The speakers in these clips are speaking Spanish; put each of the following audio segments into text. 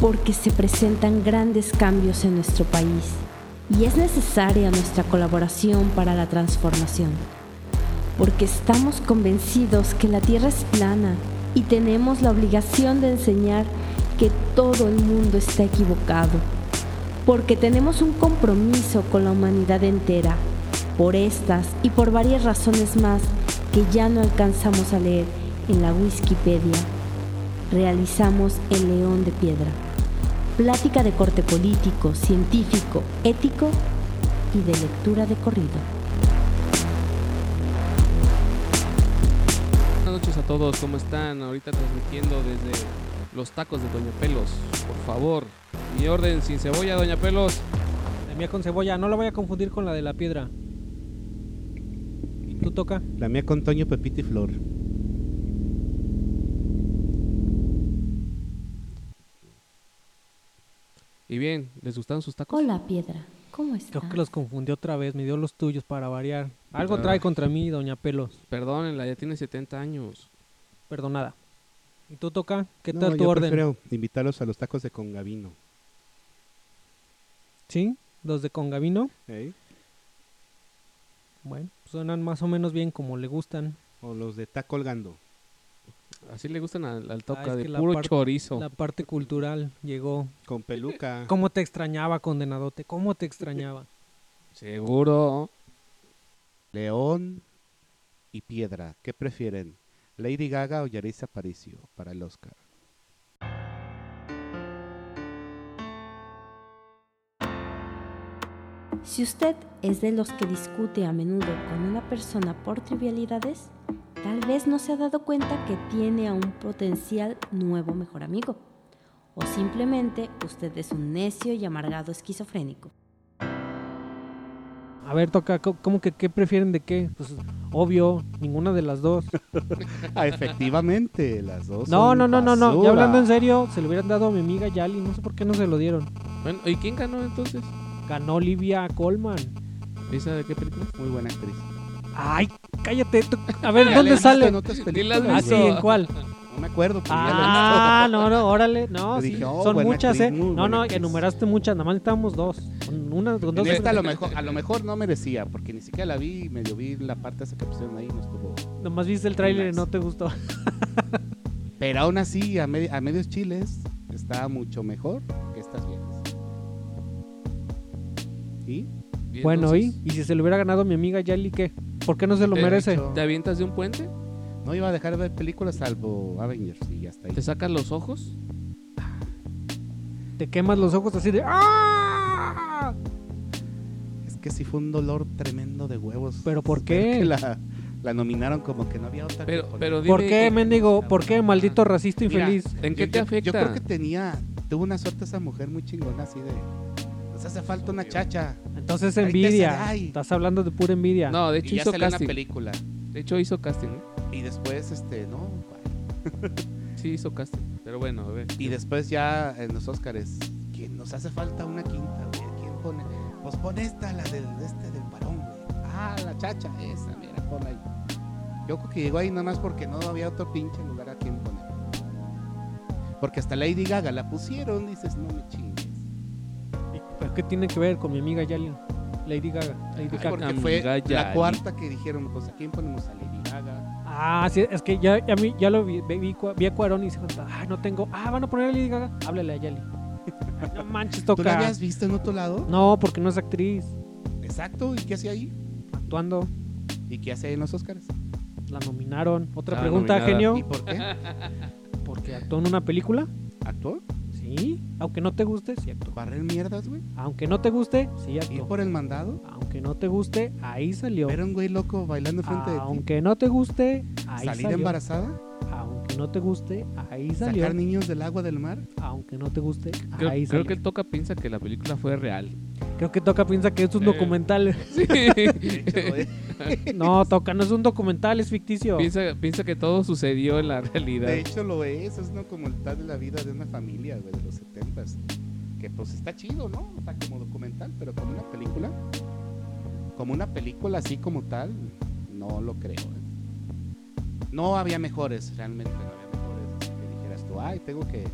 porque se presentan grandes cambios en nuestro país y es necesaria nuestra colaboración para la transformación, porque estamos convencidos que la Tierra es plana y tenemos la obligación de enseñar que todo el mundo está equivocado, porque tenemos un compromiso con la humanidad entera, por estas y por varias razones más que ya no alcanzamos a leer en la Wikipedia. Realizamos El León de Piedra, plática de corte político, científico, ético y de lectura de corrido. Buenas noches a todos, ¿cómo están? Ahorita transmitiendo desde los tacos de Doña Pelos. Por favor, mi orden sin cebolla, Doña Pelos. La mía con cebolla, no la voy a confundir con la de la piedra. ¿Y tú toca? La mía con Toño, Pepito y Flor. Y bien, ¿les gustaron sus tacos? Hola Piedra, ¿cómo estás? Creo que los confundió otra vez, me dio los tuyos para variar. Algo Ah. trae contra mí, doña Pelos. Perdónenla, ya tiene 70 años. Perdonada. ¿Y tú toca? ¿Qué No, tal tu yo orden? prefiero invitarlos a los tacos de Congavino. ¿Sí? ¿Los de Congavino? ¿eh? Bueno, pues suenan más o menos bien como le gustan. O los de taco colgando. Así le gustan al, al Ah, toca es de que la puro parte- Oh. chorizo. La parte cultural llegó. Con peluca. ¿Cómo te extrañaba, condenadote? ¿Cómo te extrañaba? Seguro. León y piedra. ¿Qué prefieren? ¿Lady Gaga o Yarisa Aparicio para el Oscar? Si usted es de los que discute a menudo con una persona por trivialidades, tal vez no se ha dado cuenta que tiene a un potencial nuevo mejor amigo. O simplemente usted es un necio y amargado esquizofrénico. A ver, toca, co- ¿cómo que qué prefieren de qué? Pues obvio, ninguna de las dos. Ah, efectivamente, las dos. No, son no, no, no, no. basura. Ya hablando en serio, se lo hubieran dado a mi amiga Yali. No sé por qué no se lo dieron. Bueno, ¿y quién ganó entonces? Ganó Olivia Colman. ¿Esa de qué película? Muy buena actriz. Ay, cállate. tú. A ver, Ya la he ¿dónde visto sale? en otras Dile al películas, beso. Ah, sí, güey. ¿en cuál? No me acuerdo. pero ya la he Ah, no, no, órale. No, Yo sí, dije, oh, son buena muchas, actriz, ¿eh? muy No, buena no, actriz. enumeraste muchas. Nada más necesitábamos dos. Con Una, con visto. dos. En esta a lo, mejor, a lo mejor no merecía, porque ni siquiera la vi, medio vi la parte esa que pusieron ahí, no estuvo. Nomás viste el tráiler y Unas. no te gustó. Pero aún así, a, medi- a medios chiles, está mucho mejor que estas viejas. ¿Y? Y Bueno, ¿y? entonces, ¿y si se lo hubiera ganado mi amiga Yali, qué? ¿Por qué no se lo Eh, merece? Yo ¿Te avientas de un puente? No iba a dejar de ver películas salvo Avengers y hasta ahí. ¿Te sacas los ojos? Te quemas los ojos así de. ¡Ah! Es que sí fue un dolor tremendo de huevos. ¿Pero por ver qué? que la, la nominaron como que no había otra. que Pero, poner. pero dime, ¿Por qué, mendigo? ¿Por qué, maldito racista Mira, infeliz? ¿En qué Yo- te yo- afecta? Yo creo que tenía, tuvo una suerte esa mujer muy chingona así de. Nos hace falta una chacha. Entonces Ahí te envidia. sale, ay. Estás hablando de pura envidia. No, de hecho y ya hizo salió una casting. película. De hecho hizo casting. ¿eh? Y después, este, no. Sí hizo casting. Pero bueno, a ver. Y después ya en los Óscares, ¿quién nos hace falta una quinta, güey? ¿Quién pone? Pues pon esta, la del de este del varón, güey. Ah, la chacha, esa, mira, ponla ahí. Yo creo que llegó ahí nomás porque no había otro pinche lugar a quien poner. Porque hasta Lady Gaga la pusieron, dices, no me chingues. ¿Pero qué tiene que ver con mi amiga Yali? Lady Gaga. Lady Ay, Gaga. Porque fue Amiga la Yali. cuarta que dijeron, pues a quién ponemos a Lady Gaga. Ah, sí, es que ya, ya, vi- ya lo vi, vi, vi cua- vi a Cuarón y se contaba, ah, no tengo, ah, van a poner a Lady Gaga, háblale a Yali. Ay, no manches, ¿Tú la toca. habías visto en otro lado? No, porque no es actriz, Exacto, ¿y qué hacía ahí? actuando, ¿Y qué hace ahí en los Óscares? la nominaron. Otra Estaba pregunta, Ah, nominada. ¿Y genio, por qué? porque actuó en una película, ¿Actuó? sí, aunque no te guste, sí actuó. ¿Barrer mierdas, güey? Aunque no te guste, sí ¿Ir actuó. por el mandado? Aunque no te guste, ahí salió. Era un güey loco bailando frente de ti. Aunque no te guste, ahí Salir Ah, salió. embarazada, Aunque no te guste, ahí salió. sacar niños del agua del mar. Aunque no te guste, Creo, ahí creo salió. que el toca piensa que la película fue real. Creo que Toca piensa que esto es Sí. un documental. Sí. De No, Toca, no es un documental, es ficticio. piensa, piensa que todo sucedió en la realidad. hecho lo es, es no como el tal de la vida de una familia, güey, de los setentas. Que pues está chido, ¿no? Está como documental, pero como una película. Como una película así como tal, no lo creo. ¿eh? No había mejores, realmente no había mejores. así que dijeras tú, ay, tengo que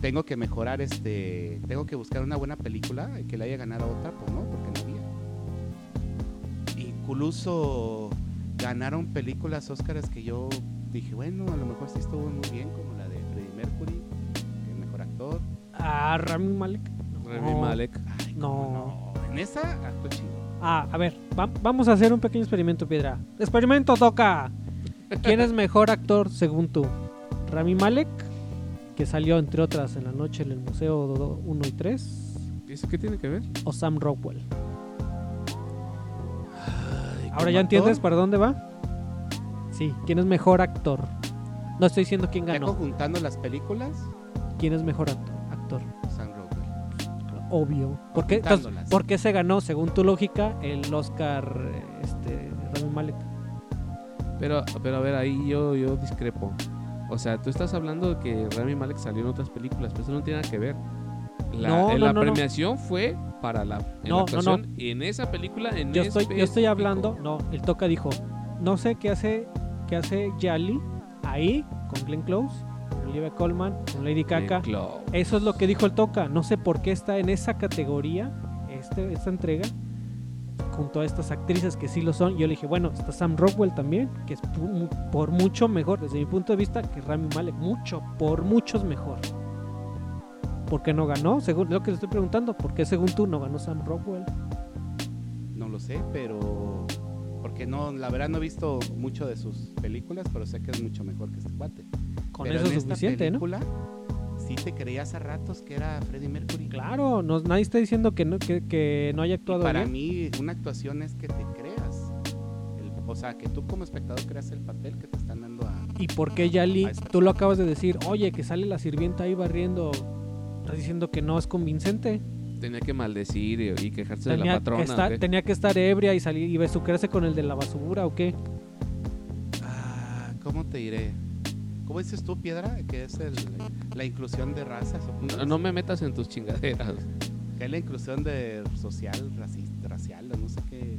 tengo que mejorar este, tengo que buscar una buena película que le haya ganado a otra, pues no, porque no había. Incluso ganaron películas Óscaras que yo dije, bueno, a lo mejor sí estuvo muy bien, como la de Freddie Mercury, que mejor actor. Ah, Rami Malek. Rami Malek. Ay, No. Oh. cómo no. En esa actuó chido. Ah, a ver, va- vamos a hacer un pequeño experimento, Piedra. ¡Experimento toca! ¿Quién es mejor actor según tú? Rami Malek, que salió entre otras en la noche en el Museo 1 y 3, ¿Y eso qué tiene que ver? o Sam Rockwell. ¿como Ahora ya actor? entiendes para dónde va. Sí, ¿quién es mejor actor? No estoy diciendo quién Ya ganó. conjuntando las películas, ¿Quién es mejor act- actor? Sam Rockwell. Obvio. ¿Por qué, entonces, Juntándolas. por qué se ganó, según tu lógica, el Oscar este, Rami Malek? Pero, pero a ver, ahí yo, yo discrepo. O sea, tú estás hablando de que Rami Malek salió en otras películas, pero eso no tiene nada que ver. La, No, eh, no, la no, no. premiación fue para la, en No, la no, actuación en esa película. En este Yo estoy, yo estoy específico. hablando, no, el Toca dijo, no sé qué hace, qué hace Yali ahí con Glenn Close, con Olivia Colman, con Lady Glenn Gaga. Close. Eso es lo que dijo el Toca, no sé por qué está en esa categoría, este, esta entrega, junto a estas actrices que sí lo son. Yo le dije, bueno, está Sam Rockwell también, que es pu- mu- por mucho mejor, desde mi punto de vista, que Rami Malek, mucho, por muchos mejor. ¿Por qué no ganó? Según lo que te estoy preguntando, ¿por qué según tú no ganó Sam Rockwell? No lo sé, pero. Porque no, la verdad no he visto mucho de sus películas, pero sé que es mucho mejor que este cuate. Con Pero eso en es esta suficiente, ¿no? película, Sí te creías a ratos que era Freddie Mercury. Claro, no, nadie está diciendo que no, que, que no haya Y actuado para bien. mí, una actuación es que te creas. el- o sea, que tú como espectador creas el papel que te están dando a. ¿Y por qué Yali? Ahí está. Tú lo acabas de decir, oye, que sale la sirvienta ahí barriendo. Estás diciendo que no es convincente. Tenía que maldecir y, y quejarse de Tenía, la patrona. que estar, ¿o qué? tenía que estar ebria y salir y besuquearse con el de la basura o qué. Ah, ¿Cómo te diré? ¿Cómo dices tú, Piedra? Que es el- la inclusión de razas. o cosas No, no me metas en tus chingaderas. que es la inclusión de social, raci- racial, o no sé qué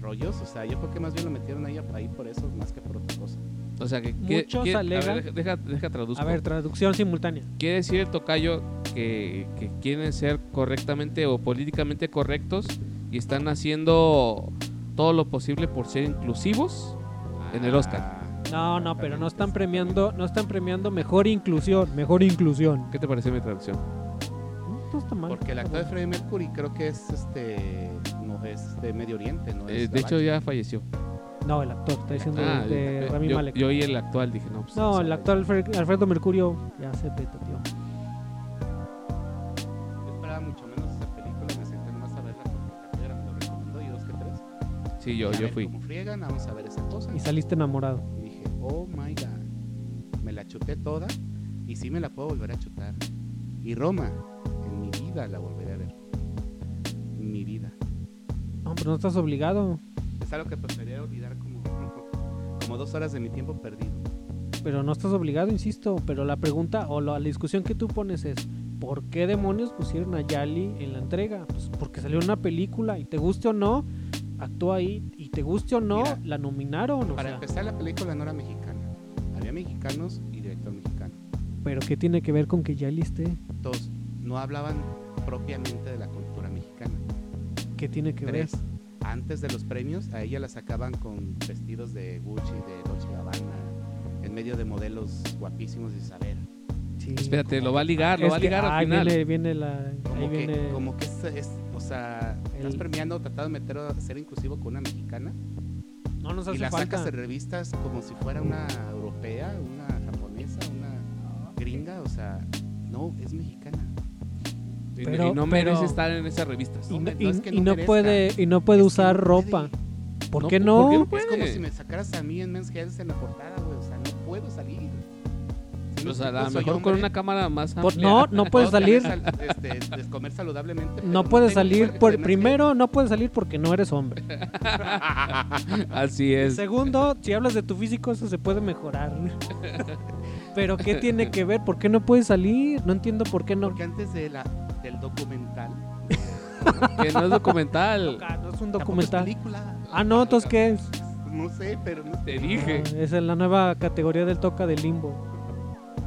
rollos. O sea, yo creo que más bien lo metieron ahí, ahí por eso, más que por otra cosa. O sea, que. que- Muchos que- a alegan- ver, deja, deja, deja traduzco. A ver, traducción simultánea. Quiere decir el tocayo que, que quieren ser correctamente o políticamente correctos y están haciendo todo lo posible por ser inclusivos. En el Oscar. Ah, No, no, pero no están premiando, no están premiando mejor inclusión, mejor inclusión. ¿Qué te parece mi traducción? No, no está mal. Porque el está actor de Freddie Mercury creo que es este. No es de Medio Oriente, ¿no? Eh, Es de hecho gabacho. ya falleció. bueno. No, el actor, está diciendo Ah, el de eh, este, Rami yo, Malek. yo oí el actual, dije, no, pues, no, el sabe. actor Alfred- Alfredo Mercurio ya se peta, tío. Yo esperaba mucho menos esa película, me senté nomás a verla porque Javier me lo recomendó y dos que tres. Sí, yo, Y a yo ver fui. cómo friegan, vamos a ver esa cosa. Y saliste enamorado. Y dije, oh my god. Me la chuté toda y sí me la puedo volver a chutar. Y Roma, en mi vida la volveré a ver. En mi vida. No, pero no estás obligado. Es algo que preferiría olvidar como, como dos horas de mi tiempo perdido. Pero no estás obligado, insisto. Pero la pregunta o la, la discusión que tú pones es: ¿por qué demonios pusieron a Yali en la entrega? Pues porque salió una película y te guste o no, actuó ahí. Y te guste o no, Mira, la nominaron. O Para sea, empezar, la película no era mexicana. Había mexicanos y director mexicano. pero ¿qué tiene que ver con que Yali esté? Dos, no hablaban propiamente de la cultura mexicana. ¿Qué tiene que ver? Tres, antes de los premios, a ella la sacaban con vestidos de Gucci, de Dolce Gabbana, en medio de modelos guapísimos y saber. Sí. Espérate, lo va a ligar, lo Es va a que- ligar al ahí final. Viene, viene la. Ahí Como que, viene. como que es, es- o sea, estás El- premiando, tratando de meter a ser inclusivo con una mexicana No nos y hace la falta. sacas en revistas como si fuera una europea, una japonesa, una gringa, o sea, no, es mexicana. Y- Pero- y no pero- merece estar en esas revistas. Y No, no, no es y- que y no no merezca. puede, y no puede Es que usar no puede. ropa. ¿Por No, qué ¿por no? qué no Es como puede? si me sacaras a mí en Men's Health en la portada, güey, o sea, no puedo salir. pues, Si me O sea, Pues a lo explico, soy mejor con hombre. una cámara más Por- amplia. Pues, no, no puedes Puedo salir. comer sal- este, de comer saludablemente. pero No puedes tengo salir. cuerpo de Por, más primero, no puedes salir porque no eres hombre. Así es. Segundo, si hablas de tu físico, eso se puede mejorar. Pero ¿qué tiene que ver? ¿Por qué no puedes salir? No entiendo por qué que- no. Porque antes de la, del documental. Que no es documental. Ah, No es un tampoco es documental. película. Ah, no, entonces ¿qué es? No sé, pero no Te dije. Ah, esa es la nueva categoría del toca de limbo.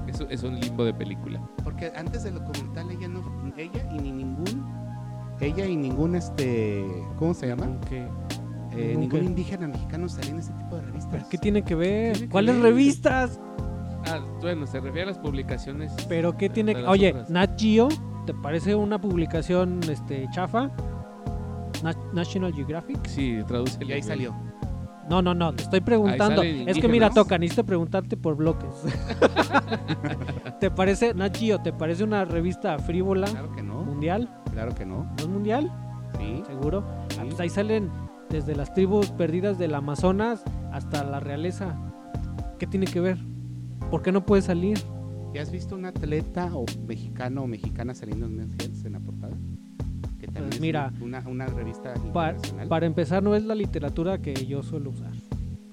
Es, un- es un limbo de película. Porque antes de lo documental ella no, ella y ni ningún, ella y ningún este, ¿cómo se llama? Aunque Eh, Ningún ningún qué. indígena mexicano salía en ese tipo de revistas. ¿Pero qué tiene que ver? tiene que ¿Cuáles ver? revistas? Ah, bueno, se refiere a las publicaciones. ¿Pero qué tiene que de las Oye, otras. Nat Geo, ¿te parece una publicación este, chafa? Na- National Geographic. Sí, traduce. y ahí salió. No, no, no, te estoy preguntando. salen Es que mira, indígenas. toca, necesito preguntarte por bloques. ¿Te parece, Nat Geo, ¿te parece una revista frívola Claro que no, mundial? claro que no. ¿No es mundial? Sí, Seguro. sí. Ah, pues ahí salen desde las tribus perdidas del Amazonas hasta la realeza. ¿Qué tiene que ver? ¿Por qué no puede salir? ¿Ya has visto un atleta o mexicano o mexicana saliendo en Men's Health en la portada? Que también Pues es mira, una, una revista Pa- internacional. para empezar, no es la literatura que yo suelo usar.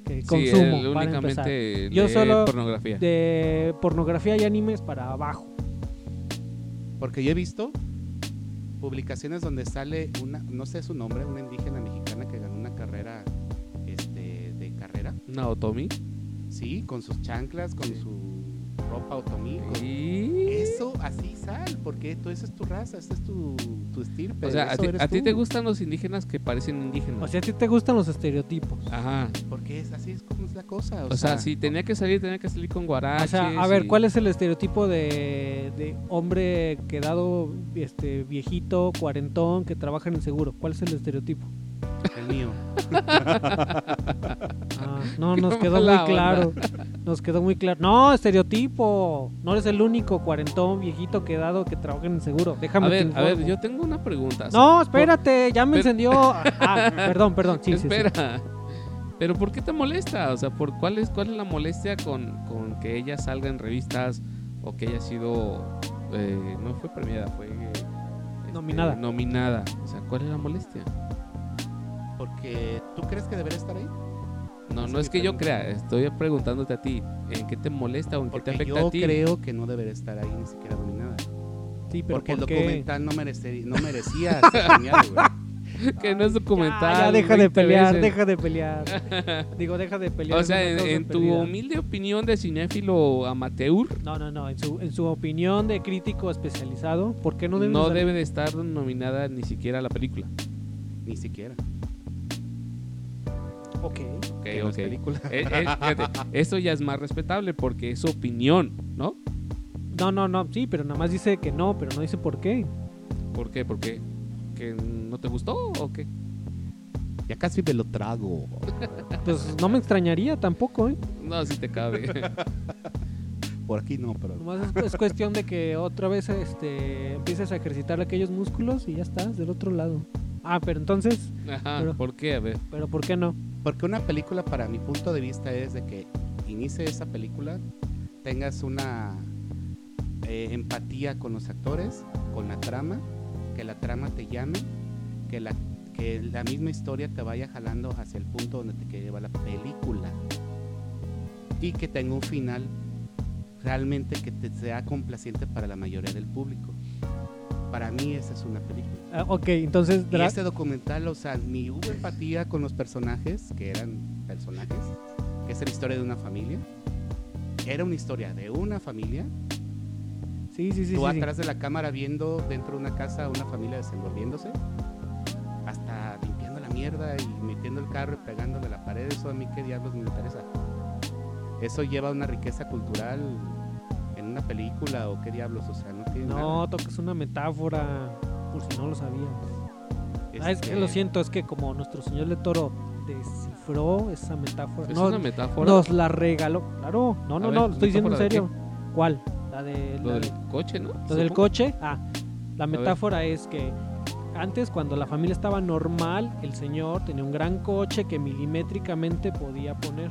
Que Sí, consumo. él para empezar. únicamente Yo lee solo- pornografía. De pornografía y animes para abajo. Porque yo he visto publicaciones donde sale una, no sé su nombre, una indígena mexicana que ganó una carrera este, de carrera. Naotomi. Sí, con sus chanclas, con Sí. su ropa otomí. con- Y... Eso así sal, porque tú, esa es tu raza, esa es tu, tu estirpe. O sea, a eso ti, eres a ti tú. te gustan los indígenas que parecen indígenas. O sea, a ti te gustan los estereotipos. Ajá. Porque es, así es como es la cosa. O, O sea, si tenía que salir, tenía que salir con guaraches. O sea, a ver, ¿cuál es? es el estereotipo de, de hombre quedado este, viejito, cuarentón, que trabaja en el seguro? ¿Cuál es el estereotipo? El mío. Ah, no, Qué nos quedó mala muy claro. Nos quedó muy claro. No, estereotipo. No eres el único cuarentón viejito quedado que trabaja en el seguro. Déjame. A te ver, a ver, informo. yo tengo una pregunta. No, espérate, ya me Pero- encendió. Ah, perdón, perdón. Sí, sí, sí. Espera. Pero ¿por qué te molesta? O sea, ¿por cuál es cuál es la molestia con, con que ella salga en revistas o que haya sido eh, no fue premiada, fue eh, este, Nominada. Nominada. O sea, ¿cuál es la molestia? Porque tú crees que debería estar ahí. No, Así no es que que yo pregunta. crea, estoy preguntándote a ti, ¿en qué te molesta o en qué te Porque afecta yo a ti? creo que no debería estar ahí ni siquiera dominada. Sí, pero Porque el ¿por qué? documental no, merecería- no merecía ser premiado, güey. que no es documental. Ya, ya deja de 20 pelear, veces. deja de pelear. Digo, deja de pelear. O sea, no en, estamos en tu perdida. humilde opinión de cinéfilo amateur, No, no, no. En su, en su opinión de crítico especializado, ¿por qué no no, debe de salir? debe de estar nominada ni siquiera la película. Ni siquiera. Ok. Ok, que no es ok. película. Eh, eh, fíjate, eso ya es más respetable porque es opinión, ¿no? No, no, no. Sí, pero nada más dice que no, pero no dice por qué. ¿Por qué? ¿Porque que no te gustó o qué? Ya casi me lo trago. Pues no me extrañaría tampoco, ¿eh? No, si te cabe. Por aquí no, pero. Nomás es, es cuestión de que otra vez este, empieces a ejercitar aquellos músculos y ya estás del otro lado. Ah, pero entonces, Ajá, Pero- ¿por qué? A ver. ¿pero por qué no? Porque una película, para mi punto de vista, es de que inicie esa película, tengas una eh, empatía con los actores, con la trama, que la trama te llame, que la, que la misma historia te vaya jalando hacia el punto donde te quiere llevar la película. Y que tenga un final realmente que te sea complaciente para la mayoría del público. Para mí esa es una película. Ah, ok, entonces, Y dra- este documental, o sea, mi hubo empatía con los personajes, que eran personajes, que es la historia de una familia. Era una historia de una familia. sí, sí, sí. Tú sí, sí. atrás de la cámara viendo dentro de una casa a una familia desenvolviéndose, hasta limpiando la mierda y metiendo el carro y pegándole la pared. Eso a mí qué diablos me interesa. Eso lleva una riqueza cultural en una película o qué diablos, o sea, no tiene No, tocas una metáfora, por si no lo sabías. nada. Ah, es que Este, lo siento, es que como nuestro señor Le Toro descifró esa metáfora, Es no, una metáfora. nos la regaló. Claro, no, A no, ver, no, lo estoy diciendo en ¿metáfora de serio. ¿Cuál? La de... Lo la del de- coche, ¿no? Lo del Supongo. coche, ah, la ver. metáfora es que antes cuando la familia estaba normal, el señor tenía un gran coche que milimétricamente podía poner.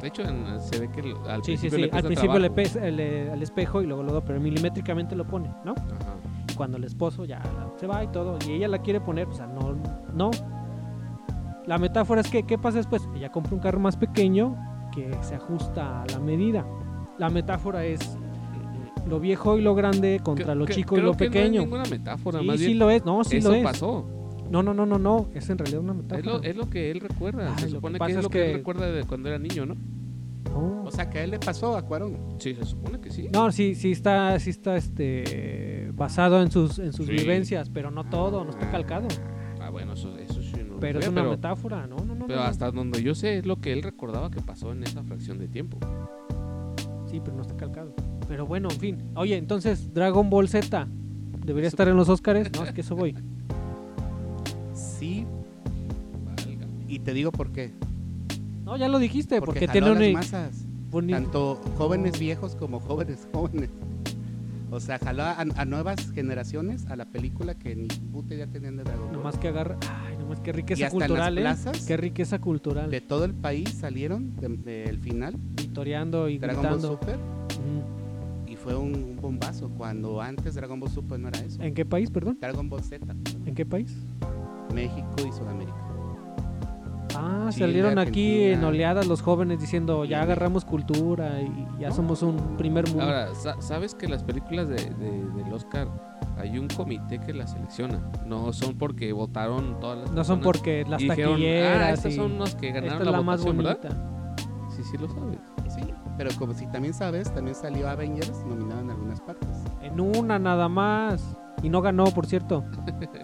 De hecho, en- se ve que el- al Sí, sí, principio sí. le Al cuesta principio le trabajo. pesa el, eh, al espejo y luego luego, pero milimétricamente lo pone, ¿no? Ajá. Y cuando el esposo ya la- se va y todo, y ella la quiere poner, o sea, no, no. La metáfora es que, ¿qué pasa después? Ella compra un carro más pequeño que se ajusta a la medida. La metáfora es eh, lo viejo y lo grande contra Que- lo que- chico y creo lo que No pequeño. es ninguna metáfora, Sí, más sí bien. lo es, no, sí eso lo es. pasó. No, no, no, no, no, es en realidad una Es metáfora. lo, es lo que él recuerda. se Ay, Ah, lo que supone que, pasa es es lo que él que- recuerda de cuando era niño, ¿no? No, O sea, que a él le pasó a Cuarón. Sí, se supone que sí. No, sí, sí está, sí está este basado en sus, en sus Sí. vivencias, pero no todo, no está calcado. Ah, bueno, eso, eso sí. no lo Pero es sé, una pero, metáfora, ¿no? No, no, pero no. hasta donde yo sé es lo que él recordaba que pasó en esa fracción de tiempo. Sí, pero no está calcado. Pero bueno, en fin. Oye, entonces, Dragon Ball Z debería Eso- estar en los Oscars, no, es que eso voy. Sí, Válgame. y te digo por qué. No, ya lo dijiste, porque, Porque, tiene jaló una, las masas. un- Tanto jóvenes viejos como jóvenes jóvenes. O sea, jaló a, a nuevas generaciones a la película que ni puta ya tenían de Dragon Ball. nomás que agarra, ay, nomás qué y riqueza hasta cultural, en ¿eh? las plazas Qué riqueza cultural, de todo el país salieron del final vitoreando y Dragon Ball gritando. Mm, Super Ujú. y fue un, un bombazo cuando antes Dragon Ball Super no era eso. ¿En qué país, perdón? Dragon Ball Z, ¿En qué país? México y Sudamérica. Ah, Chile, salieron aquí en Argentina. oleadas los jóvenes diciendo, ya Sí. agarramos cultura y ya somos un primer mundo. Ahora, sa- ¿sabes que las películas de, de- del Oscar hay un comité que las selecciona? No son porque votaron todas las no son personas porque las y dijeron, taquilleras ah, estas y- son las que esta ganaron es la, la, más votación, bonita. ¿verdad? Sí, sí lo sabes. Sí, pero como si también sabes, también salió Avengers nominado en algunas partes. En una nada más. Y no ganó, por cierto.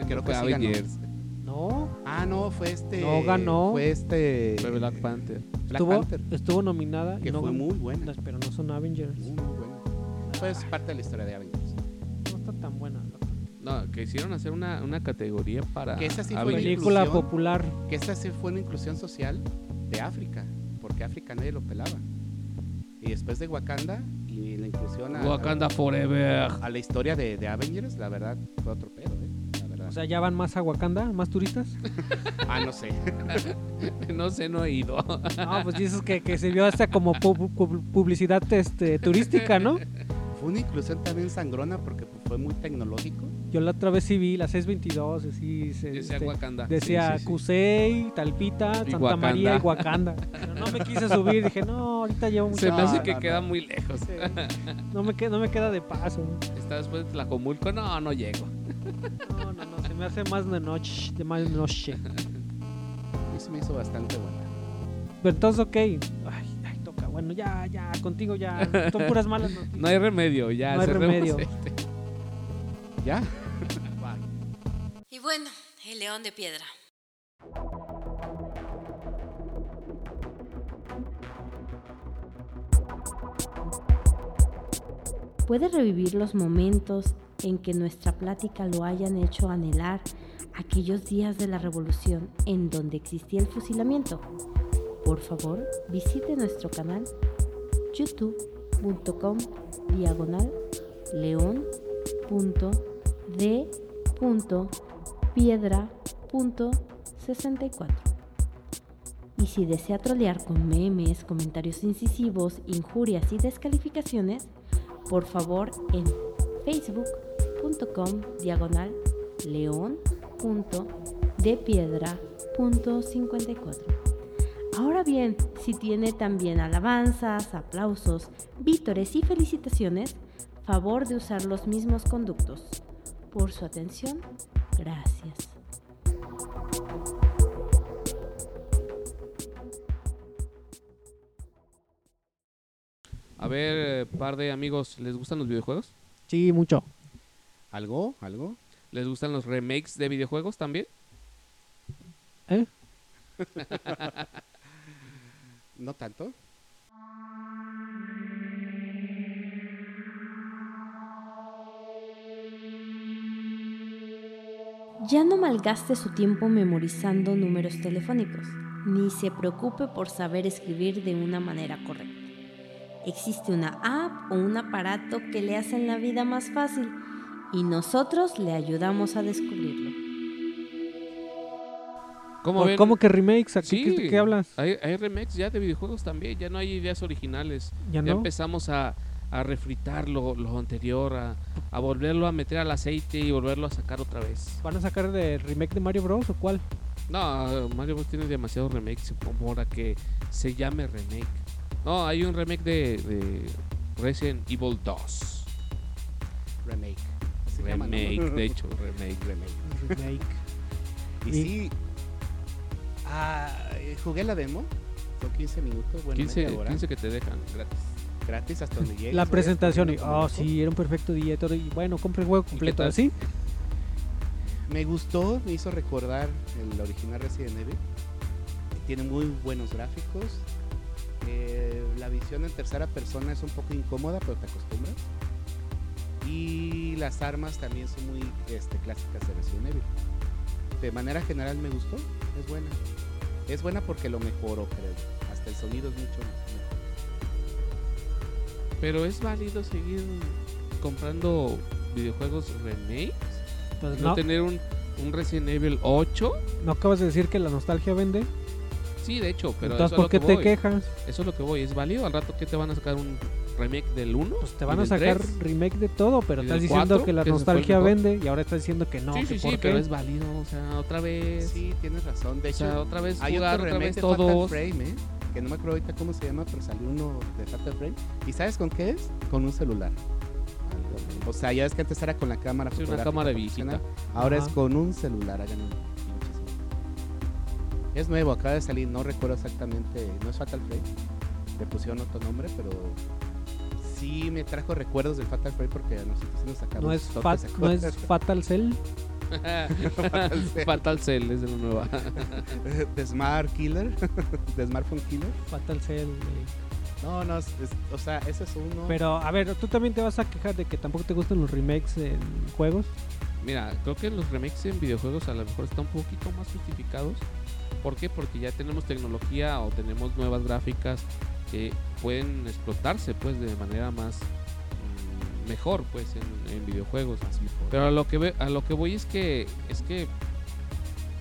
Creo que sí ganó. Avengers, No, Ah, no, fue este. No ganó. Fue este. fue Black Panther. Black estuvo, Panther, estuvo nominada y que no fue ganó. muy buena. Pero no son Avengers. Ah, Muy, muy buena. Pues parte de la historia de Avengers. No está tan buena. la No, que hicieron hacer una, una categoría para Que esa sí fue Avengers. inclusiva. Película inclusión. popular. Que esta sí fue una inclusión social de África, porque África nadie lo pelaba. Y después de Wakanda y la inclusión a, Wakanda Forever. a la historia de, de Avengers, la verdad fue otro pedo, ¿eh? La verdad. O sea, ya van más a Wakanda, más turistas. ah, no sé. No sé, no he ido. No, pues dices que, que se vio hasta como pu- pu- publicidad este, turística, ¿no? Fue una inclusión también sangrona porque fue muy tecnológico. Yo la otra vez sí vi la 622, así se, Decía este, Wakanda. decía Sí, sí, sí. Cusey, Talpita, Santa Wakanda. María y Wakanda. Pero no me quise subir, dije, no, ahorita llevo mucho. Se me hace No, que no, queda no. muy lejos. este, No, me queda, no me queda de paso. Está después de Tlacomulco. No, no llego. No, no, no, se me hace más de noche, de más de noche. Y se me hizo bastante buena. Pero entonces, ok. Ay, ay, toca, bueno, ya, ya, contigo ya. Son puras malas noticias. No hay remedio, ya. No hay cerremos remedio. este. ¿Ya? Y bueno, el león de piedra. Puede revivir los momentos en que nuestra plática lo hayan hecho anhelar aquellos días de la revolución en donde existía el fusilamiento. Por favor, visite nuestro canal youtube.com diagonal león.d.piedra.64. Y si desea trolear con memes, comentarios incisivos, injurias y descalificaciones, por favor en facebook.com diagonal león.depiedra.54. Ahora bien, si tiene también alabanzas, aplausos, vítores y felicitaciones, favor de usar los mismos conductos. Por su atención, gracias. A ver, eh, par de amigos, ¿les gustan los videojuegos? Sí, mucho. ¿Algo? ¿Algo? ¿Les gustan los remakes de videojuegos también? ¿Eh? ¿No tanto? Ya no malgaste su tiempo memorizando números telefónicos, ni se preocupe por saber escribir de una manera correcta. Existe una app o un aparato que le hacen la vida más fácil y nosotros le ayudamos a descubrirlo. ¿Cómo ¿O ven? ¿Cómo que remakes? ¿A qué- Sí. qué, qué hablas? Hay, hay remakes ya de videojuegos también. Ya no hay ideas originales. Ya Ya no. empezamos a, a refritar lo, lo anterior, a, a volverlo a meter al aceite y volverlo a sacar otra vez. ¿Van a sacar de remake de Mario Bros o cuál? No, Mario Bros tiene demasiados remakes como ahora que se llame remake. No, hay un remake de, de Resident Evil 2. Remake. Se llama, ¿no? Remake, de hecho, remake. Remake. Remake. Y Y- sí. ah, eh, jugué la demo. Son 15 minutos, bueno, 15, media hora, 15 que te dejan gratis. gratis hasta donde llegues. La ves, presentación, y, comes oh, rico". sí, era un perfecto día y todo. Y bueno, compré el juego completo, tal? así. Me gustó, me hizo recordar el original Resident Evil. Tiene muy buenos gráficos. Eh, la visión en tercera persona es un poco incómoda, pero te acostumbras. Y las armas también son muy este, clásicas de Resident Evil. De manera general me gustó, es buena. Es buena porque lo mejoró, creo. yo. Hasta el sonido es mucho mejor. Pero es válido seguir comprando videojuegos remakes. Pues No, no, tener un, un Resident Evil 8. ¿no acabas de decir que la nostalgia vende. Sí, de hecho, pero Entonces, eso ¿por es lo que qué te voy. quejas? Eso es lo que voy. ¿Es válido? Al rato que te van a sacar un remake del 1. Pues te van ¿Y a del sacar tres? remake de todo, pero ¿Y estás del diciendo cuatro? que la Que ese fue el nostalgia mejor. vende y ahora estás diciendo que no. sí, que sí, por sí, qué. pero es válido. O sea, otra vez. Sí, tienes razón. De O hecho, sea, otra vez Hay jugar, otro otra remake vez de todos. Fatal Frame, ¿eh? que no me acuerdo ahorita cómo se llama, pero salió uno de Fatal Frame. ¿Y sabes con qué es? Con un celular. O sea, ya ves que antes era con la cámara. Sí, una fotográfica cámara profesional. viejita. Ahora Ajá. es con un celular. hagan un pinche celular. Es nuevo, acaba de salir, no recuerdo exactamente, no es Fatal Frame. Le pusieron otro nombre, pero sí me trajo recuerdos del Fatal Frame porque a nosotros sí nos sacamos. no es, toques fat- de no es cosas. Fatal Cell. Fatal Frame. Fatal Cell es de la nueva. de Smart Killer, de Smartphone Killer. Fatal Cell. eh. No, no, es- es- o sea, ese es uno. Pero a ver, tú también te vas a quejar de que tampoco te gustan los remakes en juegos. Mira, creo que los remakes en videojuegos a lo mejor están un poquito más justificados. ¿Por qué? Porque ya tenemos tecnología o tenemos nuevas gráficas que pueden explotarse pues de manera más mm, mejor pues en, en videojuegos. Pero a lo que ve- a lo que voy es que es que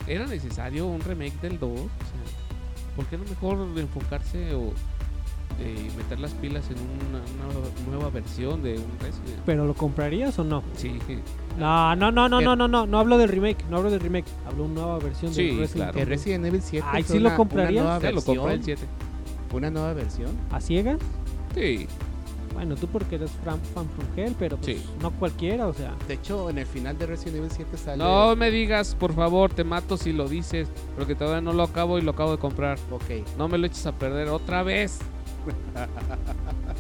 era necesario un remake del 2, o sea, ¿por qué no mejor enfocarse o eh, meter las pilas en una, una nueva versión de un Resident? ¿Pero lo comprarías o no? Sí, Eh, No, no, no, no, Que- no, no, no, no hablo del remake, no hablo del remake, hablo de una nueva versión Sí, de Resident claro. que Evil. Resident Evil 7 Ay, fue ¿sí lo una, comprarías? Una nueva ya lo versión, compré el 7. Una nueva versión. ¿A ciegas? Sí, Bueno, tú porque eres fan, fan from hell, pero pues, Sí. no cualquiera, o sea. De hecho, en el final de Resident Evil 7 sale. No me digas, por favor, te mato si lo dices, porque todavía no lo acabo y lo acabo de comprar. Ok, No me lo eches a perder otra vez.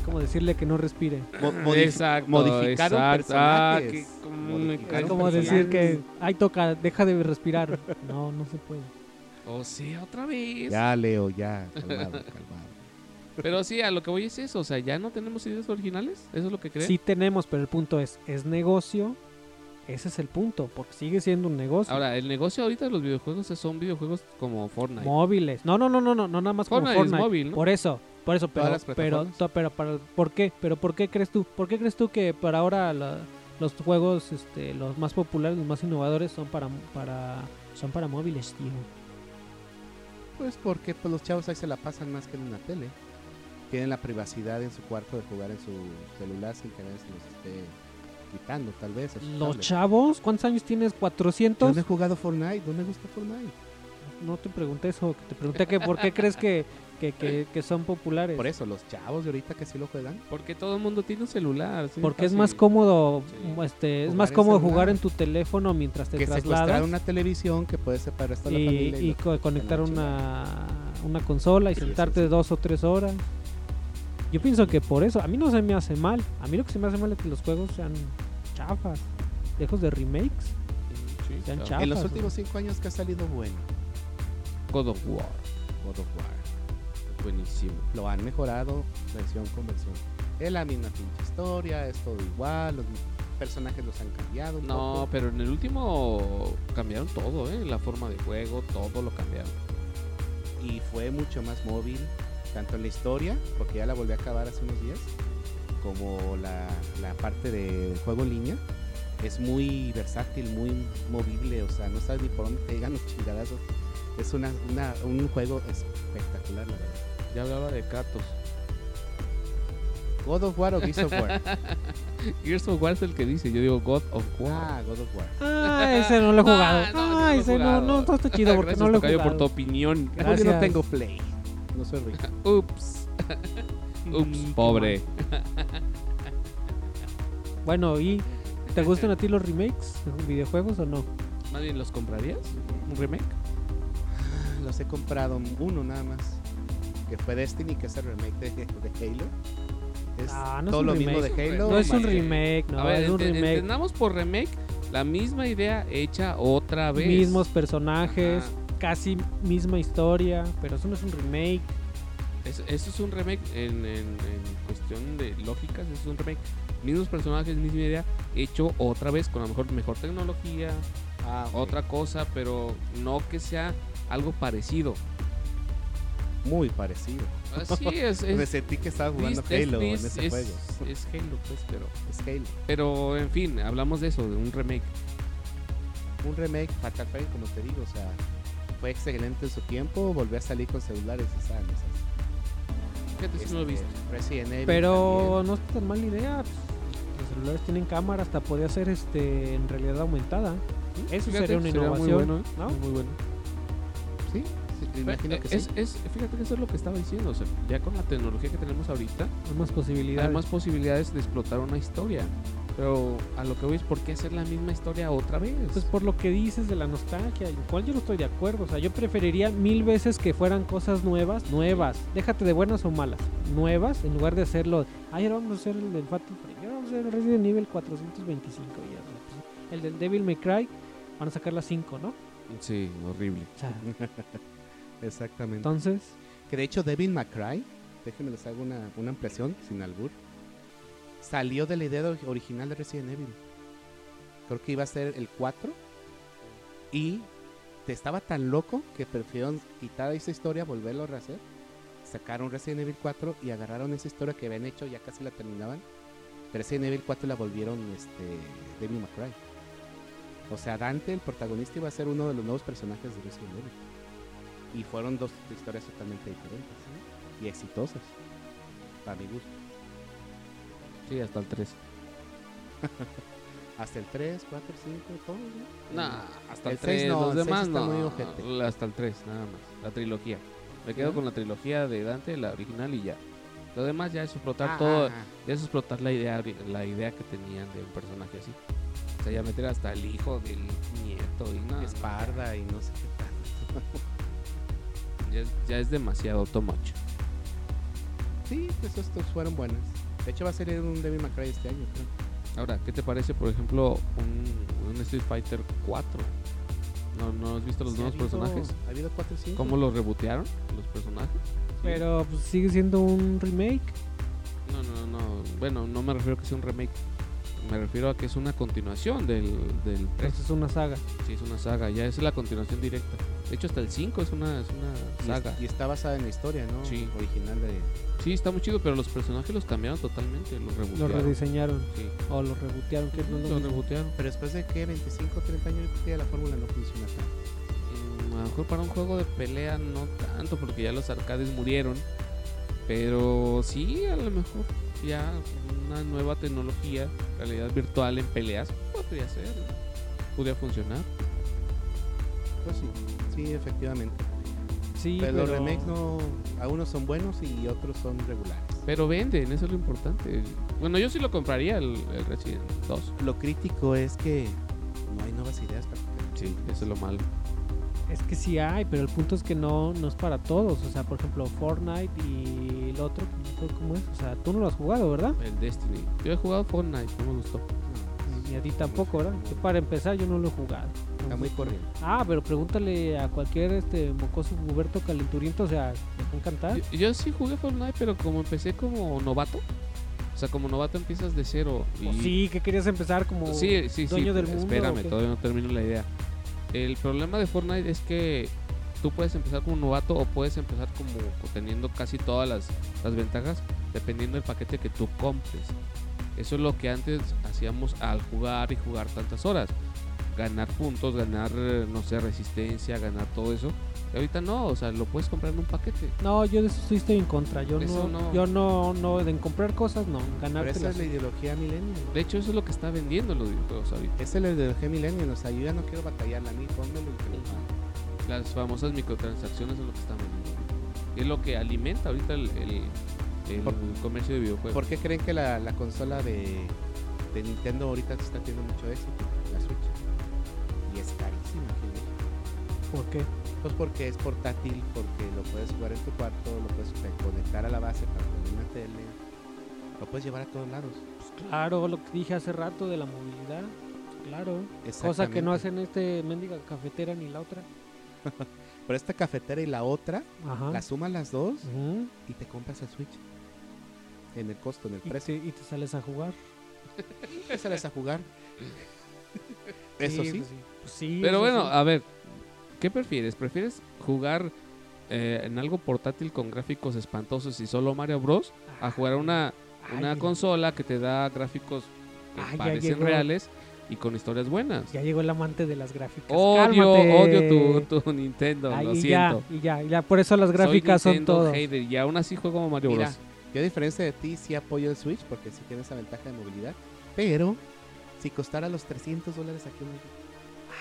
como decirle que no respire. mo- modifi- Exacto, modificaron exacto. Ah, personajes. que- como- Modificaron Claro, Es como personajes. decir que, ay, toca, deja de respirar. No, no se puede. O sea, otra vez. Ya, Leo, ya. Calmado, calmado. Pero sí, a lo que voy es eso. O sea, ya no tenemos ideas originales. Eso es lo que crees. Sí tenemos, pero el punto es, es negocio. Ese es el punto, porque sigue siendo un negocio. Ahora, el negocio ahorita de los videojuegos es- son videojuegos como Fortnite. móviles. No, no, no, no, no, no nada más Fortnite, como es Fortnite. móvil, ¿no? Por eso, por eso, pero, Todas las pero, plataformas. to- pero, para- ¿por qué? Pero, ¿por qué crees tú? ¿Por qué crees tú que para ahora la- los juegos, este, los más populares, los más innovadores son para, para, son para móviles, tío? Pues porque pues, los chavos ahí se la pasan más que en una tele. Tienen la privacidad en su cuarto de jugar en su celular sin que nadie se los esté quitando, tal vez. a Pues, sus Los tablets. chavos, ¿cuántos años tienes? Yo ¿400? no he jugado Fortnite, no me gusta Fortnite. No te pregunté eso, te pregunté que por qué crees que, que, que- que son populares. Por eso, los chavos de ahorita que sí lo juegan. Porque todo el mundo tiene un celular. sí, Porque es fácil. más cómodo, Sí. este, es Jugar más en cómodo celular. jugar en tu teléfono mientras te que secuestraron trasladas una televisión que puede separar hasta la y, familia. y Y co- conectar en la una, una consola y Sí, sí, sentarte sí. dos o tres horas. Yo pienso que por eso, a mí no se me hace mal. A mí lo que se me hace mal es que los juegos sean chafas, lejos de remakes. Sí, Sean claro. chavos. en los gafas, últimos cinco años que ha salido bueno God of War. God of War. Buenísimo. Lo han mejorado versión con versión. Es la misma pinche historia, es todo igual, los personajes los han cambiado. un No, poco. pero en el último cambiaron todo, ¿eh? La forma de juego, todo lo cambiaron. Y fue mucho más móvil, tanto en la historia, porque ya la volví a acabar hace unos días, como la, la parte de juego en línea. Es muy versátil, muy movible, o sea, no sabes ni por dónde te llegan los chingadazos. Es una, una- un juego espectacular, la verdad. Ya hablaba de Kratos. God of War o Gears of War. Gears of War es el que dice, yo digo God of War. Ah, God of War. Ah, ese no lo he No, jugado. no, no lo ah, he ese no, jugado. no, no está chido porque Gracias, no lo he tocayo, jugado. por tu opinión. Es porque no Gracias. tengo Play. No soy rico. Ups, ups, Mm, qué pobre. mal. mm, Bueno, ¿y te gustan a ti los remakes de videojuegos o no? Más bien, ¿los comprarías? ¿Un remake? Los he comprado uno nada más. que fue Destiny, que es el remake de, de Halo. Es Ah, no es todo un lo mismo remake. de Halo. No es un remake. remake, no, a ver, es un ente- remake. entendamos por remake la misma idea hecha otra vez. Mismos personajes, Ajá. casi misma historia, pero eso no es un remake. Eso, eso es un remake en, en- en cuestión de lógicas, es un remake. Mismos personajes, misma idea, hecho otra vez con a lo mejor mejor tecnología, Ah, ok. otra cosa, pero no que sea algo parecido. muy parecido. Así es, Me es, Pues sentí que estaba jugando Please, Halo Please en ese es- juego. es Halo, pues, pero, Es Halo. pero en fin, hablamos de eso, de un remake. un remake Fatal Frame, como te digo, o sea, fue excelente en su tiempo, volvió a salir con celulares y saben, o sea, Fíjate si no lo este, viste. Resident Evil Pero no es tan mala idea. pues, Los celulares tienen cámara, hasta podría ser este en realidad aumentada. Eso Fíjate sería una que innovación, muy bueno, ¿eh? ¿no? Muy bueno. también. Sí, sí, me imagino que Pues, eh, es, sí. es- fíjate que eso es lo que estaba diciendo, o sea, ya con la tecnología que tenemos ahorita, Hay más posibilidades. hay más posibilidades de explotar una historia. Pero a lo que voy es por qué hacer la misma historia otra vez. Pues por lo que dices de la nostalgia, en cual yo no estoy de acuerdo. O sea, yo preferiría mil veces que fueran cosas nuevas, nuevas. Déjate de buenas o malas, nuevas, en lugar de hacerlo. Ay, ahora vamos a hacer el del Fatal Frame, ahora vamos a hacer el Resident Evil 425. y ahora, pues, el del Devil May Cry, van a sacar las 5, ¿no? Sí, horrible. O sea, Exactamente. entonces, Que de hecho, Devin McCray, déjenme les hago una, una ampliación sin albur, salió de la idea ori- original de Resident Evil. Creo que iba a ser el 4 y te estaba tan loco que prefirieron quitar esa historia, volverlo a rehacer. Sacaron Resident Evil 4 y agarraron esa historia que habían hecho, ya casi la terminaban. de Resident Evil 4 la volvieron este, Devin McCray. O sea, Dante, el protagonista, iba a ser uno de los nuevos personajes de Resident Evil y fueron dos historias totalmente diferentes y exitosas para mi gusto Sí, hasta el 3. hasta el 3, 4, 5, todo ¿no? Eh, Nah, hasta el El seis 3, no, los el seis demás está no. muy ojete. Hasta el 3, nada más. La trilogía. Me quedo ¿Mm? con la trilogía de Dante, la original y ya. Lo demás ya es explotar Ah, todo, ah, ya es explotar la idea, la idea que tenían de un personaje así. O sea, ya meter hasta el hijo del nieto y ah, nada. Esparda y no sé qué tanto Ya, es- ya es demasiado too much. sí pues estos fueron buenas de hecho va a salir un Devil May Cry este año creo Ahora, ¿qué te parece, por ejemplo, un, un Street Fighter 4? ¿No, ¿No has visto los Sí, ha nuevos habido- personajes? ha habido 4 5 ¿Cómo los rebotearon los personajes? Sí. pero pues, sigue siendo un remake. No, no, no. Bueno, no me refiero a que sea un remake. Me refiero a que es una continuación del, del 3. Pues es una saga. Sí, es una saga. Ya es la continuación directa. De hecho, hasta el 5 es una, es una saga. y está basada en la historia no Sí. original de Sí, está muy chido, pero los personajes los cambiaron totalmente. Los Lo rebotearon. rediseñaron Sí, o lo rebotearon, que no es los lo mismo. rebotearon. pero después de que 25 30 años yo creo que ya la fórmula no funciona tanto. Mm, A lo mejor para un juego de pelea no tanto, porque ya los arcades murieron. Pero sí, a lo mejor ya una nueva tecnología, realidad virtual en peleas, podría ser. Podría funcionar. pues sí sí efectivamente Sí, pero, los pero- remakes no algunos son buenos y otros son regulares Pero venden, eso es lo importante. Bueno, yo sí lo compraría el, el Resident 2. Lo crítico es que no hay nuevas ideas para que- Sí, eso es lo malo. Es que sí hay, pero el punto es que no, no es para todos. O sea, por ejemplo, Fortnite y el otro, que no me acuerdo ¿cómo es? O sea, tú no lo has jugado, ¿verdad? El Destiny. Yo he jugado Fortnite, no me gustó. Y a ti tampoco, ¿verdad? Yo, para empezar, yo no lo he jugado. Está muy corriente. Ah, pero pregúntale a cualquier este mocoso Huberto Calenturiento, o sea, ¿te va a encantar? Yo, yo sí jugué Fortnite, pero como empecé como novato, o sea, como novato empiezas de cero. Y... O Oh, sí, que querías empezar como sí, sí, dueño sí, del mundo. Espérame, ¿o qué? todavía no termino la idea. El problema de Fortnite es que tú puedes empezar como novato o puedes empezar como teniendo casi todas las, las ventajas dependiendo del paquete que tú compres. Eso es lo que antes hacíamos al jugar y jugar tantas horas. Ganar puntos, ganar, eh, no sé, resistencia, ganar todo eso. Y ahorita no, o sea, lo puedes comprar en un paquete. No, yo de eso sí estoy en contra. Yo Eso no, no. yo no, no, de en comprar cosas, no, Pero ganarte esa las... es la ideología millennial. De hecho, eso es lo que está vendiendo los videojuegos ahorita. Esa es la ideología millennial. O sea, yo ya no quiero batallarla a mí. Pónmelo y te lo pago. las famosas microtransacciones es lo que están vendiendo. Es lo que alimenta ahorita el, el- el Por- comercio de videojuegos. ¿Por qué creen que la, la consola de, de Nintendo ahorita está teniendo mucho éxito? La Switch. Y es carísima. aquí en México. ¿Por qué? Pues porque es portátil, porque lo puedes jugar en tu cuarto, lo puedes pe- conectar a la base para poner una tele, lo puedes llevar a todos lados. Claro, lo que dije hace rato de la movilidad. Claro. Cosa que no Exactamente. hacen este mendiga cafetera ni la otra. Pero esta cafetera y la otra, Ah. Ajá. las sumas las dos Ujú. y te compras el Switch. En el costo, en el y, precio. te, y te sales a jugar. Empiezas a jugar. Eso sí. Pues sí. Pues sí, Pero eso bueno, sí. a ver, ¿qué prefieres? ¿Prefieres jugar eh, en algo portátil con gráficos espantosos y solo Mario Bros? A jugar a una, Ah, Ay, una ay, consola que te da gráficos que Ah, ya parecen llegó. reales y con historias buenas. Ya llegó el amante de las gráficas. Odio, ¡Cálmate! odio tu, tu Nintendo, Ay, lo y siento. Ya, y ya, y ya, por eso las gráficas Soy son Nintendo todo. hater y aún así juego como Mario Mira, Bros. yo a diferencia de ti sí apoyo el Switch porque sí tiene esa ventaja de movilidad. Pero si costara los 300 dólares aquí en México.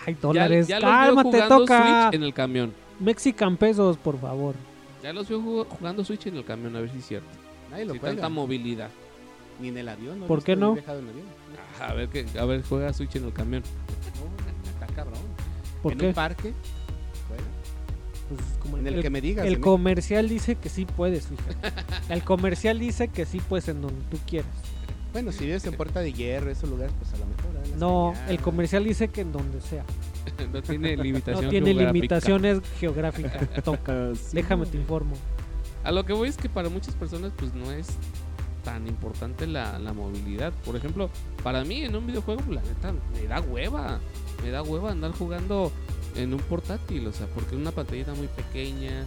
Ay, Ya, dólares. ya los veo Cálmate, jugando toca. Switch en el camión. Mexican pesos, por favor. Ya los veo ju- jugando Switch en el camión, a ver si es cierto. Nadie lo Sin juega. tanta movilidad. Ni en el avión. he ¿Por visto qué ni no? viajado en avión. Ah, A ver, que, a ver, juega Switch en el camión. No, está cabrón. ¿Por en qué? un parque. bueno, Pues, como en el, que me digas. el en- comercial dice que sí puedes, fíjate. El comercial dice que sí puedes en donde tú quieras. Bueno, si vives en Puerta de Hierro, esos lugares, pues a lo mejor. ah, las No, cañadas. el comercial dice que en donde sea. No tiene limitación. No tiene geográfica. limitaciones geográficas. Toca. Déjame te informo. A lo que voy es que para muchas personas pues no es tan importante la, la movilidad. Por ejemplo, para mí en un videojuego pues, la neta me da hueva. Me da hueva andar jugando en un portátil, o sea, porque una pantallita muy pequeña,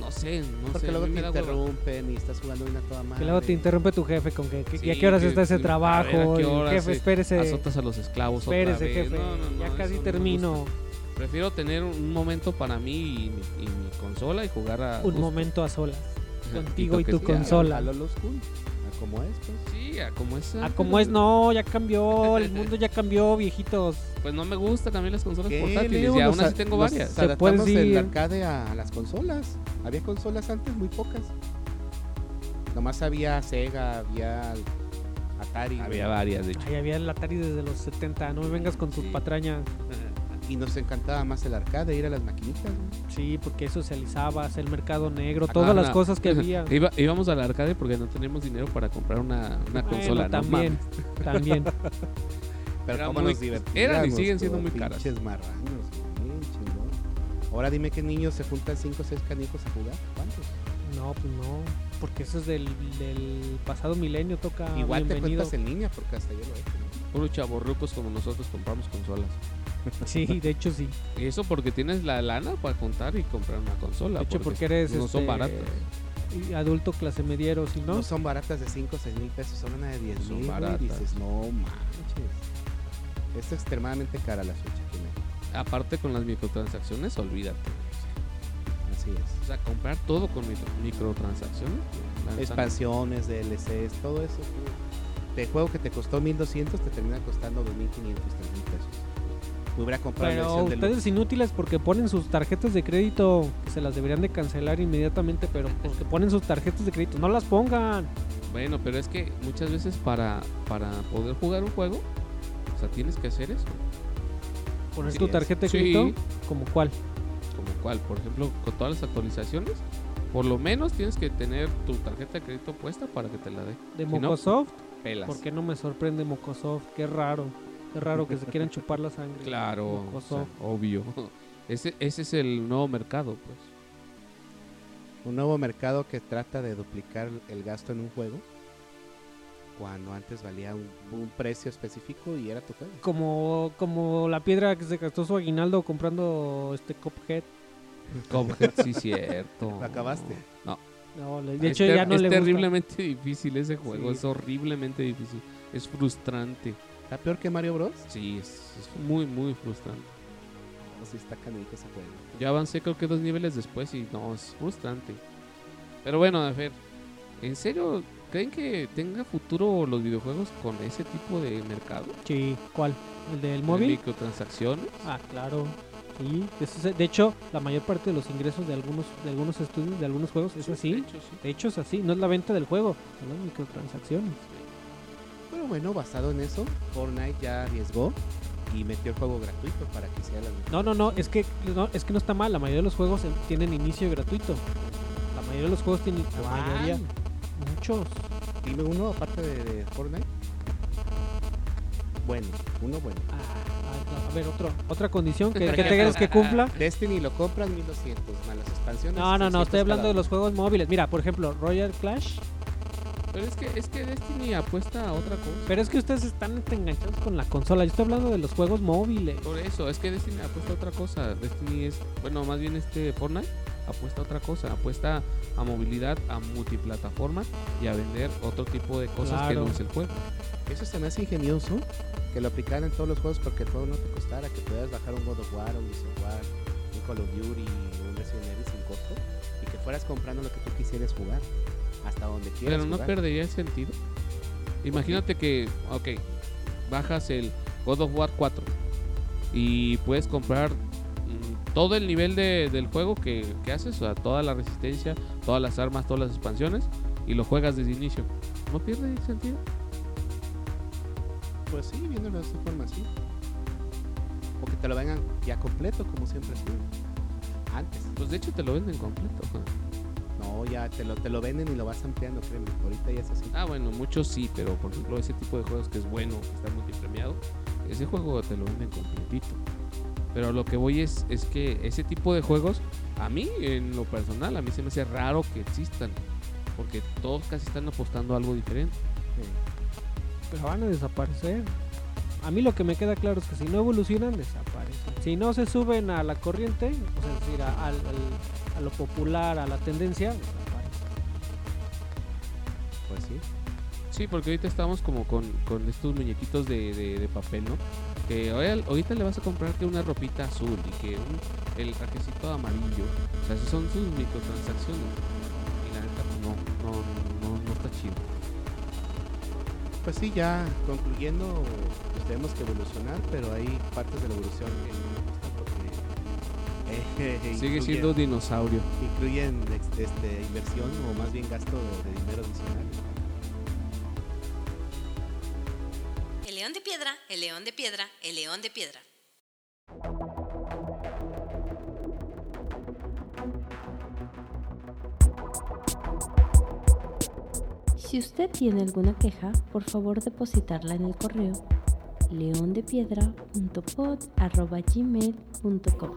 no sé, no Porque sé. a luego mí te me da hueva. interrumpen y estás jugando una toda madre. Que luego te interrumpe tu jefe con que, que- Sí, ¿y a qué horas que- está que- ese a ver, ¿a trabajo? qué Y, horas, jefe, eh? espérese. Azotas a los esclavos otra vez. espérese, jefe. No, no, no, ya eso casi no me termino. gusta. Prefiero tener un momento para mí y mi, y mi consola y jugar a... Un gusto. momento a solas. Ajá, contigo y tu toquecito. Sí, a- consola. A lo old school, a como es, pues. Sí, a como es. Ah, antes, como es, no, ya cambió. El mundo ya cambió, viejitos. Pues no me gustan también las consolas ¿Qué, portátiles Leo? y aún Nos así a- tengo nos varias. Te adaptamos puedes ir. el arcade a las consolas. Había consolas antes muy pocas. Nomás había Sega, había Atari. Había varias, de hecho. Ay, había el Atari desde los 70. No me vengas con tus Sí. patrañas. Y nos encantaba más el arcade, ir a las maquinitas. ¿no? Sí, porque socializabas, el mercado negro, Ah, Acá todas las una- cosas que había. Iba- íbamos al arcade porque no teníamos dinero para comprar una, una Bueno, consola. no también, mames. también. Pero Era cómo muy- nos divertíamos. eran y siguen siendo con muy caras. Pinches marranos, bien chingón. Ahora dime qué niños se juntan 5 o 6 canijos a jugar. ¿Cuántos? No, pues no, porque eso es del, del pasado milenio, toca Ah, Igual te bienvenido. cuentas en línea porque hasta yo lo he hecho. ¿no? Puros chavorrucos como nosotros compramos consolas. Sí, de hecho sí. Y eso porque tienes la lana para contar y comprar una consola. Ah, De hecho, porque eres no son este, baratas. y adulto clase mediero, si ¿No? no. son baratas de 5 o 6 mil pesos, son una de 10 Son mil. güey, baratas. Y dices, no manches. Es extremadamente cara la Switch aquí en México. Aparte con las microtransacciones, olvídate. Así O es. sea, comprar todo con micro- microtransacciones. la neta, Expansiones, DLCs, todo eso. güey. De juego que te costó 1200, te termina costando 2500, 3000 pesos. Me hubiera comprado la Pero versión de lujo. ustedes inútiles porque ponen sus tarjetas de crédito, que se las deberían de cancelar inmediatamente, pero porque ponen sus tarjetas de crédito, no las pongan. Bueno, pero es que muchas veces para, para poder jugar un juego, o sea, tienes que hacer eso. Poner Sí, tu es- tarjeta de sí. crédito, como cuál. como cual, por ejemplo, con todas las actualizaciones, por lo menos tienes que tener tu tarjeta de crédito puesta para que te la dé. De Si no, Mocosoft, Pelas. ¿por qué no me sorprende Mocosoft? Qué raro, qué raro que se quieran chupar la sangre. Claro, o sea, Mocosoft. obvio. Ese, ese es el nuevo mercado, pues. Un nuevo mercado que trata de duplicar el gasto en un juego. Cuando antes valía un, un precio específico y era tu juego. Como, como la piedra que se gastó su aguinaldo comprando este Cophead. Cuphead, sí, cierto. Lo acabaste. No, le- de Ah, Es hecho ter- ya no es le gusta. terriblemente difícil ese juego, Sí. es horriblemente difícil. Es frustrante. ¿Está peor que Mario Bros? Sí, es, es muy, muy frustrante. No, sí está canijo ese juego. Ya avancé creo que dos niveles después y no, es frustrante. Pero bueno, a ver, ¿en serio creen que tenga futuro los videojuegos con ese tipo de mercado? Sí, ¿cuál? ¿El del ¿De móvil? Microtransacciones. Ah, claro. Sí, eso es- de hecho, la mayor parte de los ingresos de algunos de algunos estudios, de algunos juegos, es De así. hecho, sí. De hecho, es así. No es la venta del juego, son las microtransacciones. Pero bueno, basado en eso, Fortnite ya arriesgó y y metió el juego gratuito para que sea la mejor. No, no, no, es que no, es que no está mal. La mayoría de los juegos eh, tienen inicio gratuito. La mayoría de los juegos tienen. La ¿Cuál? mayoría. Muchos. Dime uno aparte de, de Fortnite. Bueno, uno bueno. Ah, ah, no, a ver, otro, otra condición que, que tengas que cumpla. Destiny lo compran 1200 más las expansiones. No, no, no, 300 estoy hablando cada de los uno. juegos móviles. Mira, por ejemplo, Royal Clash. Pero es que, es que Destiny apuesta a otra cosa. Pero es que ustedes están enganchados con la consola. Yo estoy hablando de los juegos móviles. Por eso, es que Destiny apuesta a otra cosa. Destiny es, bueno, más bien este Fortnite apuesta a otra cosa. Apuesta a movilidad, a multiplataforma y a vender otro tipo de cosas que Claro. no es el juego. Eso se me hace ingenioso que lo aplicaran en todos los juegos porque el juego no te costara, que pudieras bajar un God of War, un Gears of War, un Call of Duty, un Resident Evil sin costo y que fueras comprando lo que tú quisieras jugar hasta donde quieras. Pero no jugar. perdería el sentido. Imagínate que, ok, bajas el God of War 4 y puedes comprar mm, todo el nivel de- del juego que, que haces, o sea, toda la resistencia, todas las armas, todas las expansiones, y lo juegas desde inicio. ¿No pierde el sentido? Pues sí, viéndolo de esa forma, sí. O que te lo vengan ya completo, como siempre estuvo. Antes. Pues de hecho te lo venden completo. ¿no? No, ya te lo, te lo venden y lo vas ampliando, créeme. Ahorita ya es así. Ah, bueno, muchos sí, pero por ejemplo ese tipo de juegos que es bueno, que está multipremiado, ese juego te lo venden completito. Pero lo que voy es, es que ese tipo de juegos, a mí en lo personal, a mí se me hace raro que existan, porque todos casi están apostando a algo diferente. Pero van a desaparecer. A mí lo que me queda claro es que si no evolucionan, desaparecen. Si no se suben a la corriente, o sea, es decir, a, al- al- a lo popular, a la tendencia, desaparecen. Pues sí. Sí, porque ahorita estamos como con, con estos muñequitos de, de- de papel, ¿no? Que ahora- ahorita le vas a comprar que una ropita azul y que un- el trajecito amarillo. O sea, esas son sus microtransacciones. Y la neta, pues, no, no, no, no está chido. Pues sí, ya concluyendo, pues tenemos que evolucionar, pero hay partes de la evolución que no me gustan porque, eh, Sigue incluyen- siendo dinosaurio. incluyen ex- este, inversión o más bien gasto de, de dinero adicional. El león de piedra, el león de piedra, el león de piedra. Si usted tiene alguna queja, por favor depositarla en el correo leondepiedra.pod.gmail.com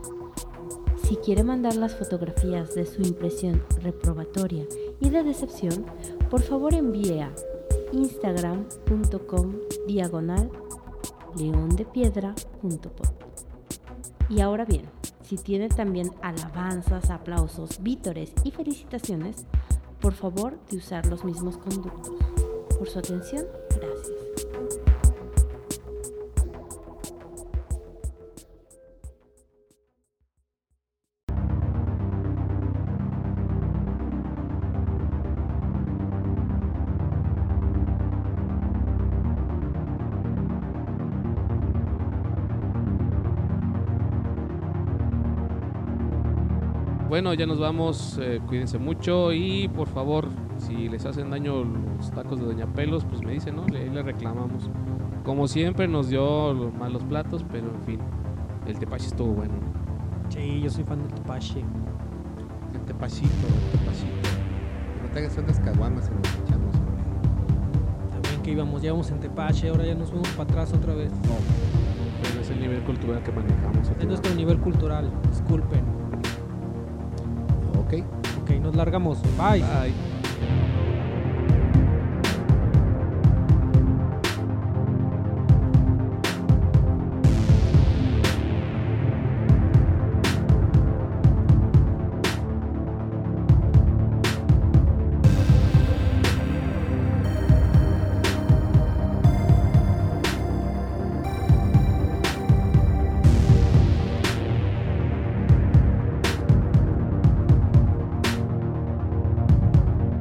Si quiere mandar las fotografías de su impresión reprobatoria y de decepción, por favor envíe a instagram.com diagonal leondepiedra.pod Y ahora bien, si tiene también alabanzas, aplausos, vítores y felicitaciones, por favor de usar los mismos conductos. Por su atención, gracias. Bueno, ya nos vamos. eh, cuídense mucho. Y por favor, si les hacen daño los tacos de Doña Pelos, pues me dicen, ¿no? Le, le reclamamos. Como siempre, nos dio los malos platos, pero en fin. El tepache estuvo bueno. Sí, yo soy fan del Tepache. El tepachito, el tepachito. Que No tengas tantas caguamas en los chamos. También que íbamos, ya íbamos en Tepache, ahora ya nos fuimos para atrás otra vez. Pero es el nivel cultural que manejamos. Es nuestro nivel cultural, disculpen. Ok. Ok, nos largamos. Bye. Bye.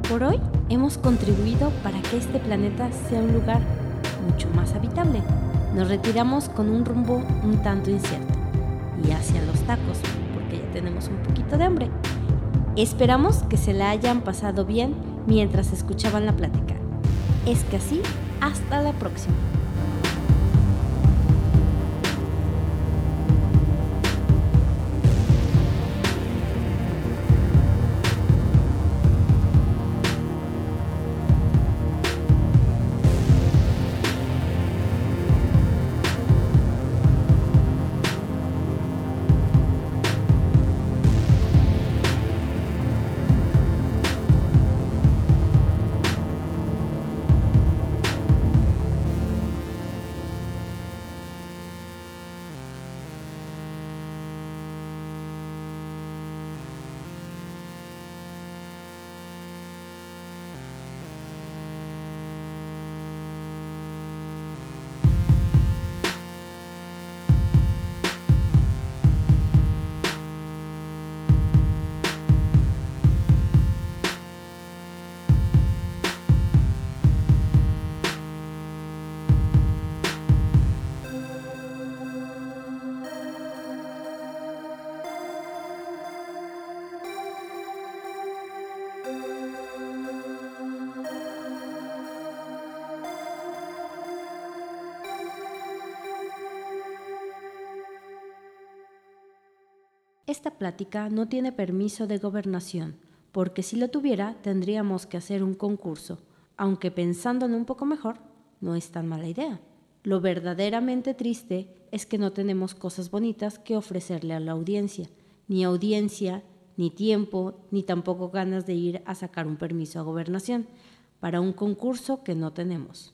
Por hoy hemos contribuido para que este planeta sea un lugar mucho más habitable. Nos retiramos con un rumbo un tanto incierto y hacia los tacos, porque ya tenemos un poquito de hambre. Esperamos que se la hayan pasado bien mientras escuchaban la plática. Es que así, hasta la próxima. Esta plática no tiene permiso de gobernación, porque si lo tuviera tendríamos que hacer un concurso, aunque pensándolo un poco mejor, no es tan mala idea. Lo verdaderamente triste es que no tenemos cosas bonitas que ofrecerle a la audiencia, ni audiencia, ni tiempo, ni tampoco ganas de ir a sacar un permiso a gobernación para un concurso que no tenemos.